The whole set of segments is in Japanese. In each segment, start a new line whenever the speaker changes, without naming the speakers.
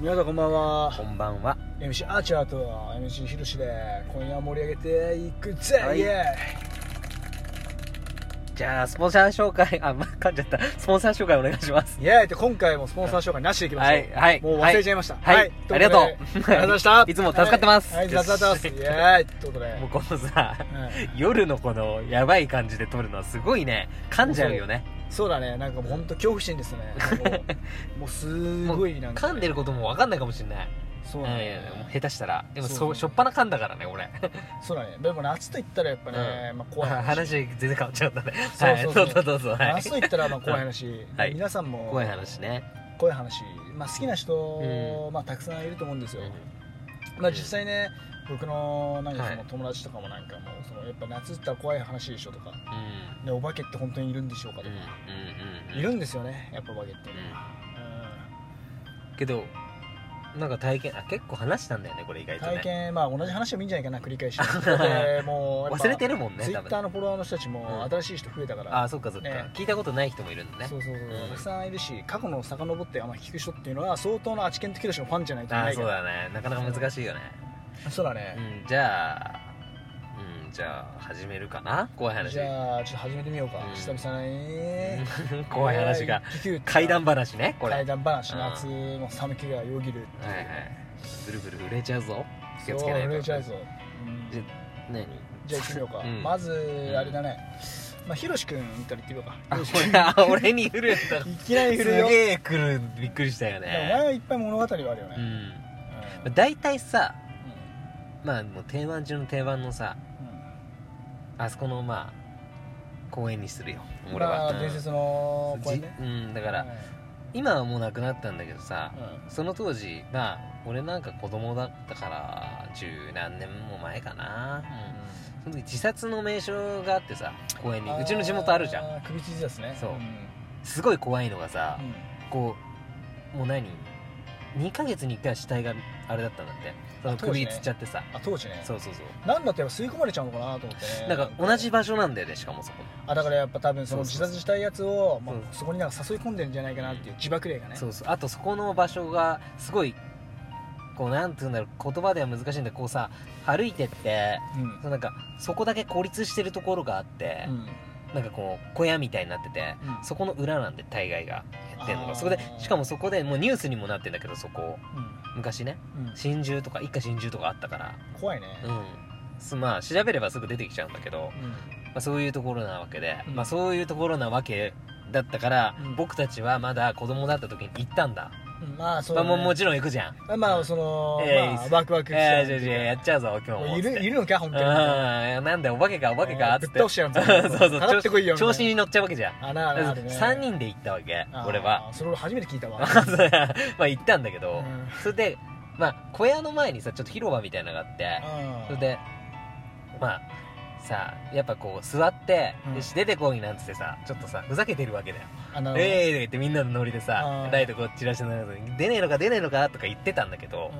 皆さんこんばんは
こんばんは
MC アーチャーと MC ひろしで今夜盛り上げていくぜ、
はい
イエ
じゃあスポンサー紹介 あまあ噛んじゃったスポンサー紹介お願いします
ーイイエーイって今回もスポンサー紹介なしでいきましょう、
はいはい
もう忘れちゃいました
は
という
い
ことで
ありがとう
ありがとうございました
いつも助かってます
はい、はい、助かってますイエーイということで
もうこの
は
さ
い
夜のこのやばい感じで撮るのはすごいね噛んじゃうよね
そうだねなんかもう本当恐怖心ですねもうもうすごいなんか
噛んでることも分かんないかもしれない
そう
う
だ
んいやい
ね
やもう下手したらでも
そう
そうしょっぱな噛んだからね俺
そうだねでも夏と言ったらやっぱね、まあ怖い
話全然変わっちゃったね
そう
はい
そう
ど
そう
うぞどうぞはい
夏と言ったらまあ怖い話、
はい
皆さんも
怖い話ね
怖い話まあ、好きな人、まあ、たくさんいると思うんですよ、まあ、実際ね僕のなんかそ
は
の
い
友達とかもなんかもうそのやっぱ夏って言ったら怖い話でしょとか、
うん
ね、お化けって本当にいるんでしょうかと
う
か、
んうんうんうん
いるんですよねやっぱお化けって、
う
うん
けどなんか体験あ結構話したんだよねこれ意外とね
体験まあ同じ話でもいいんじゃないかな繰り 返しでもう
忘れて
る
るもんね
ツイ
多
ッター
分
のフォロワーの人たち
うん
も新しい人増えたから、
あそっかそっか
ね
聞いたことない人もいるんだね
そうそうそう、
うん
たくさんいるし過去の遡ってあんま聞く人っていうのは相当なあちけんときどしのファンじゃないといけ
あ
な
あ
いか
そう
ら
だねなかなか難しいよね
そうだね、
うんじゃあうんじゃあ始めるかな怖い話
じゃあちょっと始めてみようか、
うん
久々に
うん 怖い話が
聞く
怪談話ねこれは
怪
い
談話
うん
夏の寒気がよぎるっていう
はいぐるぐる震えちゃうぞ気をつ
そう
けないと
震えちゃうぞ、うん
じゃ何
じゃあ行ってみようか、
うん
まずあれだねまあひろし君みたいに行ってみようか
あこれあ俺に震えた
いきなり
す
振るよで
げえ来るびっくりした
も
よ
お前
ね
はいっぱい物語はあるよ
う
ね、
ん
うんうん
大体さまあもう定番中の定番のさあそこのまあ公園にするよ
うん
俺は、
まあ
うん
伝説のこれ
じ
ね
うんだ
だ
から、今はもうなくなったんだけどさ、その当時まあ俺なんか子供だったから十何年も前かな、うん、その時自殺の名所があってさ公園にうちの地元あるじゃん
ん首ち自殺ね
そうんすごい怖いのがさ、
うん
こうもう何2ヶ月に1回は死体があれだったんだってその
当時
首
ね
つっちゃってさ、
あ当時ね
そうそうそう
なんだってやっぱ吸い込まれちゃうのかなと思ってね
なんか同じ場所なんだよねしかもそこ
あだからやっぱ多分その
そう
自
そうそう
殺したいやつをまあ
そう
そこになんか誘い込んでるんじゃないかなっていう自爆霊がね
そうそうあとそこの場所がすごいこうなんていうんだろう言葉では難しいんだけどこうさ歩いてって
うん
そうなんかそこだけ孤立してるところがあって、
うん
なんかこう小屋みたいになってて、
うん
そこの裏なんで大概がやってんの
あー
がそこでしかもそこでもうニュースにもなってんだけどそこ昔ね
うんうん
真珠とか一家真珠とかあったから
怖いね
うんすまあ調べればすぐ出てきちゃうんだけ
う
ど、まあ、そういうところなわけで、
うん
まあ、そういうところなわけだったから、
うん
僕たちはまだ子供だった時に行ったんだ
んうんまあそう
ま
だ
あ、
ね
ももちろん行くじゃん。
まあまあその
えー
まあワクワクしちゃ
え
う
ー、じゃあじゃあやっちゃうぞ、今日
も
も。
うい
つっ
る
て
いるのか本
うん、
当にあ
なんだよ、お化けか、お化けか、つ
ぶ
っ。
って倒しちゃうんだ
そうそう
かかってこいよみたい
調
な
子に乗っちゃうわけじゃん。
あなあなあるね
3人で行ったわけ
あ、ー
俺は。
それ俺初めて聞いたわ
まあ、行ったんだけ
う
ど、
ん
それで、まあ、小屋の前にさ、ちょっと広場みたいなのがあって、それで、まあ、さやっぱこう座って、
うん
よし出てこいなんつってさちょっとさふざけてるわけだよ
あな
「
るほど
ええー」とか言ってみんなのノリでさ
あー
ライトこう散らしてながら出ねえのか出ねえのか」とか言ってたんだけど、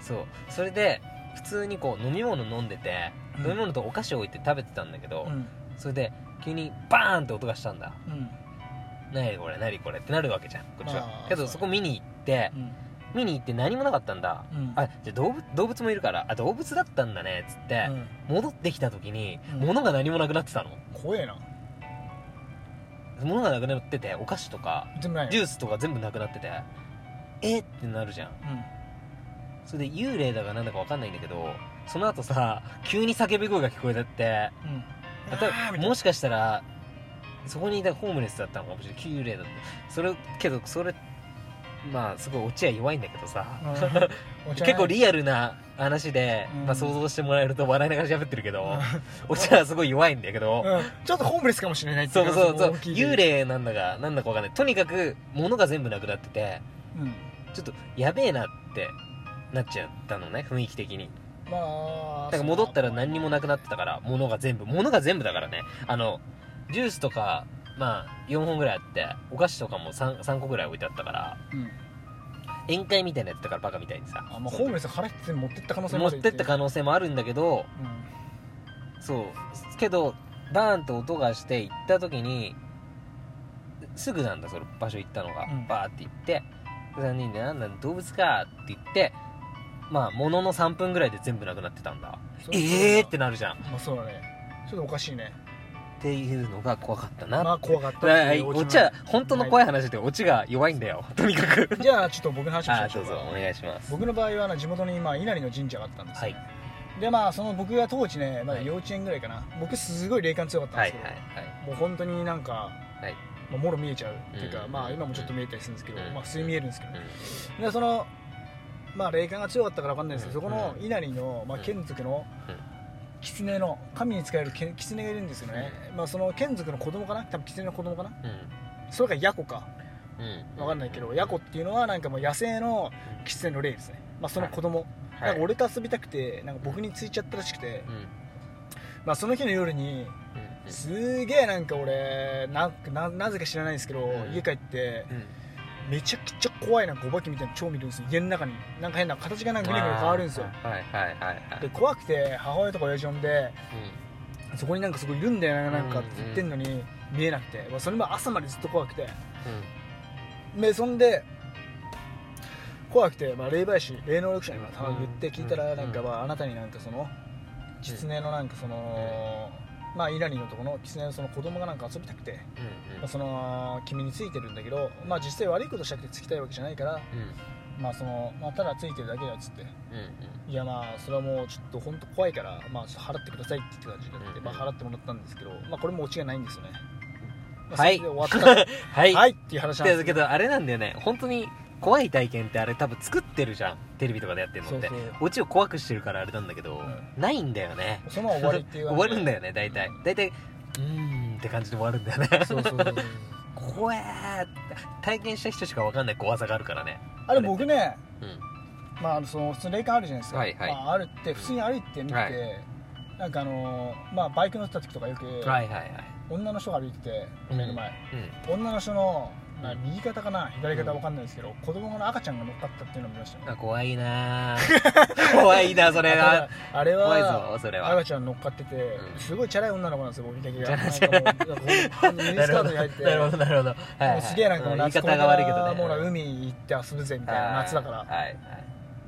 そうそれで普通にこう飲み物飲んでて、
うん
飲み物とお菓子を置いて食べてたんだけど、
うん
それで急にバーンって音がしたんだ
うんうん
「何これ何これ」ってなるわけじゃんこっち
あ
は
ー
けど
そ
そうこ見に行って
うん
見に行って何もなかったんだ
うん
あじゃあ動物動物もいるからあ動物だったんだねっつって、
うん
戻ってきた時に、
うん
物が何もなくなってたの
怖えな
物がなくなっててお菓子とか
全部ない
ジ
よ
ュースとか全部なくなっててえっってなるじゃん
うん
それで幽霊だかなんだか分かんないんだけどその後さ急に叫び声が聞こえたって
うん
あた
あーみたいな
もしかしたらそこにいたホームレスだったのかもしれない幽霊だったそれけどそれまあすごい落ちは弱いんだけどさ、
うんお茶
結構リアルな話で、
うん
まあ、想像してもらえると笑いながら喋ってるけど、
う
お茶はすごい弱いんだけど、
んうんちょっとホームレスかもしれないって
そうそうそう
可能性も大きいけど
幽霊なんだかなんだかわかんないとにかく物が全部なくなってて
うん
ちょっとやべえなってなっちゃったのね雰囲気的に
まあ
だから戻ったら何にもなくなって
た
たから物が全部物が全部だからねあのジュースとかまあ4本ぐらいあってお菓子とかも 3, 3個ぐらい置いてあったから
うん
宴会みたいなやつだからバカみたいにさ
あまあホームレスが腹減って持ってった可能性も
持
あ
っ
る
てった可能性もあるんだけど
うん
そうけどバーンと音がして行った時にすぐなんだその場所行ったのが、
うん
バーって行って3人で「なんだ動物か」って言ってまあものの3分ぐらいで全部なくなってたんだ
そう
ええー、ってなるじゃんっ
まあそうだねちょっとおかしいね
ていうのが怖かったな、
まあ怖かった
だから
っていうオチ
オ
も
チは本当の怖い話でオチが弱いんだよとにかく
じゃあちょっと僕の話をし
あ
ま
あ
しょ
ど
う
う
か
ぞお願いします
僕の場合はな地元に今稲荷の神社があったんです
は
よ、
い
でまあその僕が当時ねまだ
はい
幼稚園ぐらいかな、僕すごい霊感強かったん
は
で
い
すけ
は
ど、
いはい
もう本当になんか、
はい
まあ、もろ見えちゃうっていうか、
うん
まあ今もちょっと見えたりするんですけど、
うん
まあ普通に見えるんですけど、
う
でそのまあ霊感が強かったから分かんないですけど、
うん
そこの稲荷の、まあ、
うん
剣族の
うん
狐の神に仕えるけ狐がいるんですよね、まあその剣族の子供かな多分狐の子供かなんそれがヤコか
うん
分かんないけど、ヤコっていうのはなんかもう野生の狐の霊ですねまあその子供、
は
なん
い
か俺と遊びたくてなんか僕についちゃったらしくて、
うんうん
まあ、その日の夜にすげえなんか俺なななぜか知らないですけど、
うん
家帰って
うん
めちゃくちゃ怖いなんかお化けみたいな蝶見るんですよ家の中になんか変な形がなんかグリグリ変わるんですよ
あーはいはいはいはい
で怖くて母親とか親父呼んでそこになんかすごいいるんだよななんかって言ってんのに見えなくて、まあ、それも朝までずっと怖くてでそんで怖くて、まあ、霊媒師霊能力者にたまに言って聞いた
う
ら
ん
なんか、まあ、あなたになんかその狐のなんかその、まあ稲荷のとこの狐のその子供がなんか遊びたくて、
うん
まあ、その君についてるんだけど、まあ、実際悪いことしたくてつきたいわけじゃないから、
うん
まあそのまあ、ただついてるだけだよっつって
うんうん
いやまあそれはもうちょっと本当怖いから、まあ、ちょっと払ってくださいって言って感じになって、
うん
まあ、払ってもらったんですけど、まあ、これもオチがないんですよね、まあ
はい
それで終わっ
は
た
い
はいっていう話なんです
だけどあれなんだよね本当に怖い体験ってあれ多分作ってるじゃんテレビとかでやってるのって
そうそう
オチを怖くしてるからあれなんだけど、
う
ないんだよね
そのまま終わりっていう
終わるんだよね大
い
体大体うーんって感じで終わるんだよね
そうそうそうそう
怖えー体験した人しか分かんない怖さがあるからね
あれ僕ね
うん
まああの、その普通に霊感あるじゃないですか、
はいはい
まあ、あるって普通に歩いて見て、
はい
なんかあのーまあ、バイク乗ってた時とかよく、
はいはいはい
女の人が歩いてて目の前、
うん
女の人の、まあ、
うん
右肩かな左肩わかんないですけど、子供の赤ちゃんが乗っかったっていうのを見ましたね
あ怖いなー 怖いなそれ
あ
は
あれ
怖い
は
ぞそれは
赤ちゃん乗っかってて、
ん
すごいチャラい女の子なんですよ僕見た気
チ
が
ャラ
ないんかもうなんかこうミニスカートに入って
なるほどなるほどはいは
も
いう
すげえなんかもう
言い
夏
方が悪いけどね
もうな海行って遊ぶぜみたいな夏だから
はいはい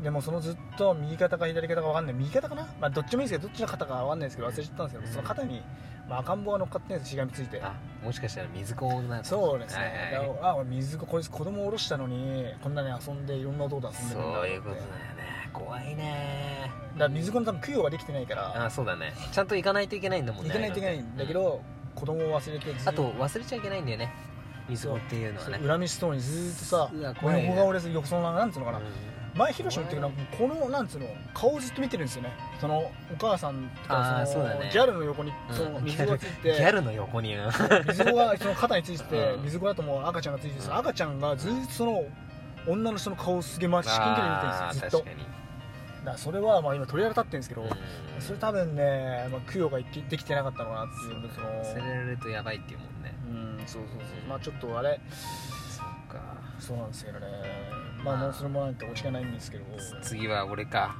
でもそのずっと右肩か左肩か分かんない右肩かな、まあ、どっちもいいんですけどどっちの肩か分かんないですけど忘れちゃったんですけど、
うん
その肩に、まあ、赤ん坊が乗っかってんですよしがみついて
あもしかしたら水子なの
そうですね、
はいはい
だからあ俺水子こいつ子供を下ろしたのにこんなに遊んでいろんな男と遊んでるんだ
そういうことだよ
だか
ね怖いね
ら水子の多分供養ができてないから
あそうだねちゃんと行かないといけないんだもん
行
ね
かないといけないんだけ、ど、子供を忘れてずっ
うんあと忘れちゃいけないんだよね水子っていうのは
そう
ね
恨みしそうにずーっとさ
うわ怖いね
横が俺横そのなんつうのかな、
うん
前広島の時なんかこのなんつうの顔をずっと見てるんですよねそのお母さんと
あ
か
ー
その
そうだね
ギャルの横に
うん
その
ギ
水子
ャル
が
ギ
つい
ャ
て、
ルの横にうん
水子がその肩についてて
うん
水子だともう赤ちゃんがついてて赤ちゃんがずーっとその女の人の顔をすげえ真至近距離で見てるんですよずっと
あー確かに
だからそれはまあ今鳥肌立ってるんですけど、
うん
それ多分ね、まあ、供養がいきできてなかったのかなっていうその
忘れられるとやばいっていうもんね
うんそうそうそうまあちょっとあれ
そっか
そうなんですけどねまあもうそれもなんか落ちがないんですけど、
次は俺か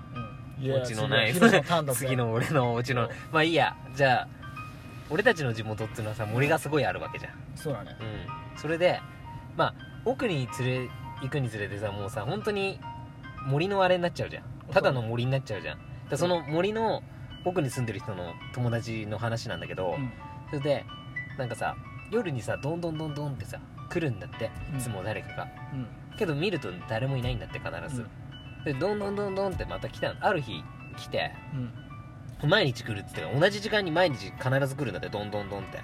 うん、いや
オチのない
次はヒロシのターンだぜ
次の俺のオチのまあいいやじゃあ俺たちの地元っていうのはさ森がすごいあるわけじゃん
そうだね
うんそれでまあ奥に連れ行くにつれてさもうさ本当に森のあれになっちゃうじゃんただの森になっちゃうじゃんだからその森の奥に住んでる人の友達の話なんだけど、
うん
それでなんかさ夜にさどんどんどんどんってさ来るんだっていつも誰かが、
うん
けど見ると誰もいないんだって必ず、でどんどんどんどんってまた来たのある日来て
うんうん
毎日来るっつって同じ時間に毎日必ず来るんだってどんどんどんって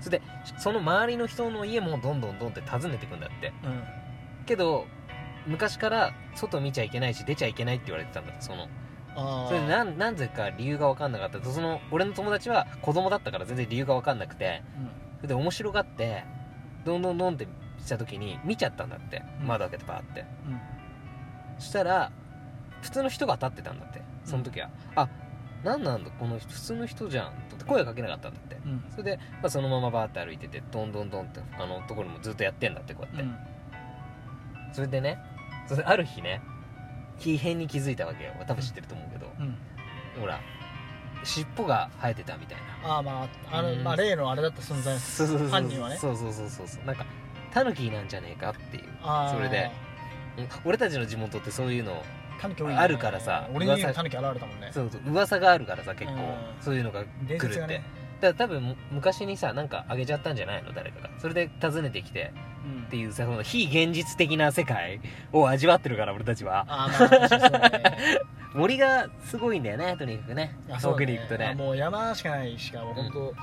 それでその周りの人の家もどんどんどんって訪ねてくんだって
うんうん
けど昔から外見ちゃいけないし出ちゃいけないって言われてたんだってその
ああ
それでなんなんぜか理由が分かんなかったとその俺の友達は子供だったから全然理由が分かんなくてそれで面白がってどんどんどんってした時に見ちゃったんだって
うん
窓開けてバーって
うんうん
そしたら普通の人が立ってたんだってその時は、あなんなんだこの人普通の人じゃんと思って声かけなかったんだって
うん
それで、まあ、そのままバーって歩いててどんどんどんって他のところもずっとやってんだってこ
う
うやって、
ん
それでねそれである日ね異変に気づいたわけよ多分知ってると思うけど、
うん
ほら尻尾が生えてたみたいな
ああまああの
うん
まあ例のあれだった存在
そうそうそうそう
犯人はね
そうそうそうそうそうなんかタヌキなんじゃねえかっていう
ああ
それでうん俺たちの地元ってそういうの
タヌキ多いね
あるからさ
俺に
噂
タヌキ現れたもんね
そうそう噂があるからさ結構
うん
そういうのが
伝
来
説
るっ
が
て
ね、
だから多分む昔にさなんかあげちゃったんじゃないの誰かがそれで訪ねてきて
うん
っていうさその非現実的な世界を味わってるから俺たちは
あーまあそう ね
森がすごいんだよねとにかくね
あそう
遠
ね
くに行くと
あ
ね
もう山しかないしかもう本当、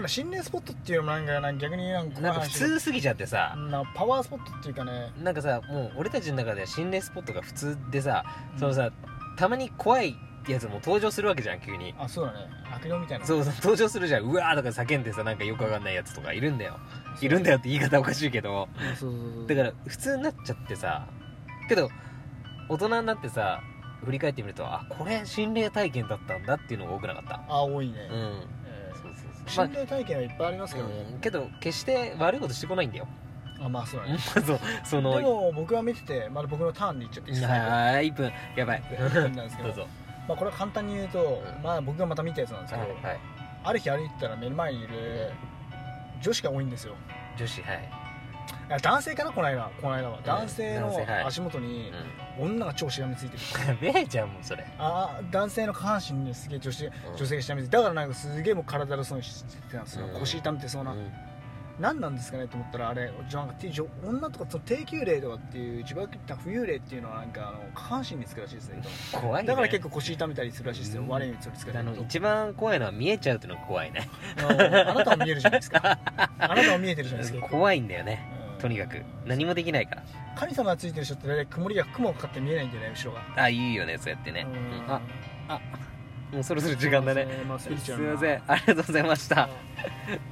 まあ心霊スポットっていうのもなんかなんか逆になんか
なんか普
怖い話
通すぎちゃってさ
なパワースポットっていうかね
なんかさもう俺たちの中では心霊スポットが普通でさそのさたまに怖いやつも登場するわけじゃん急に
あそうだね悪霊みたいな
そうそう登場するじゃんうわーとか叫んでさなんかよくわかんないやつとかいるんだよいるんだよって言い方おかしいけど
うんそうそうそう
だから普通になっちゃってさけど大人になってさ振り返ってみるとあこれ心霊体験だったんだっていうのが多くなかった
あ多いね、
うん
えー
そうそうそう
心霊体験はいっぱいありますけどね、
うんけど決して悪いことしてこないんだよ
あまあそうだね
そうそ
で
の
も僕は見ててまだ僕のターンに行っちゃっていいですか
はーい1分やばい
なんですけ
ど
ど
うぞ
まあ、これは簡単に言うと、
うん
まあ僕がまた見たやつなんですけど、
はい
ある日歩いてたら目の前にいる女子が多いんですよ
女子はい
いや男性かなこの間この間は
ん
男性の
男性はい
足元に
う
女が超しがみついてる
んやべえじゃんもうそれ
あー男性の下半身にすげえ女子女性がしがみついてだからなんかすげえもう体のそうにしてたんですよ
うん
腰痛めてそうな、
うん
何なんですかねと思ったらあれなんかて女女とかその低級霊とかっていう自分が言った浮遊霊っていうのはなんかあの下半身につくらしいですね
怖いね
だから結構腰痛めたりするらしいですよ、
うん
悪いにつつかれ
あ
る
の
と
一番怖いのは見えちゃうっていうのが怖いね
あのあなたは見えるじゃないです かあなたは見えてるじゃないですか
怖いんだよね
うん
とにかく何もできないから
神様がついてる人って大体曇りが雲がかかって見えないんだよね後ろが
あいいよねそうやってね、うんあもうそろそろ時
時
間だね、
まあ、ス
す
ピ
い
リチュア
ま
ル
せ
なん
ありがとうございました
うん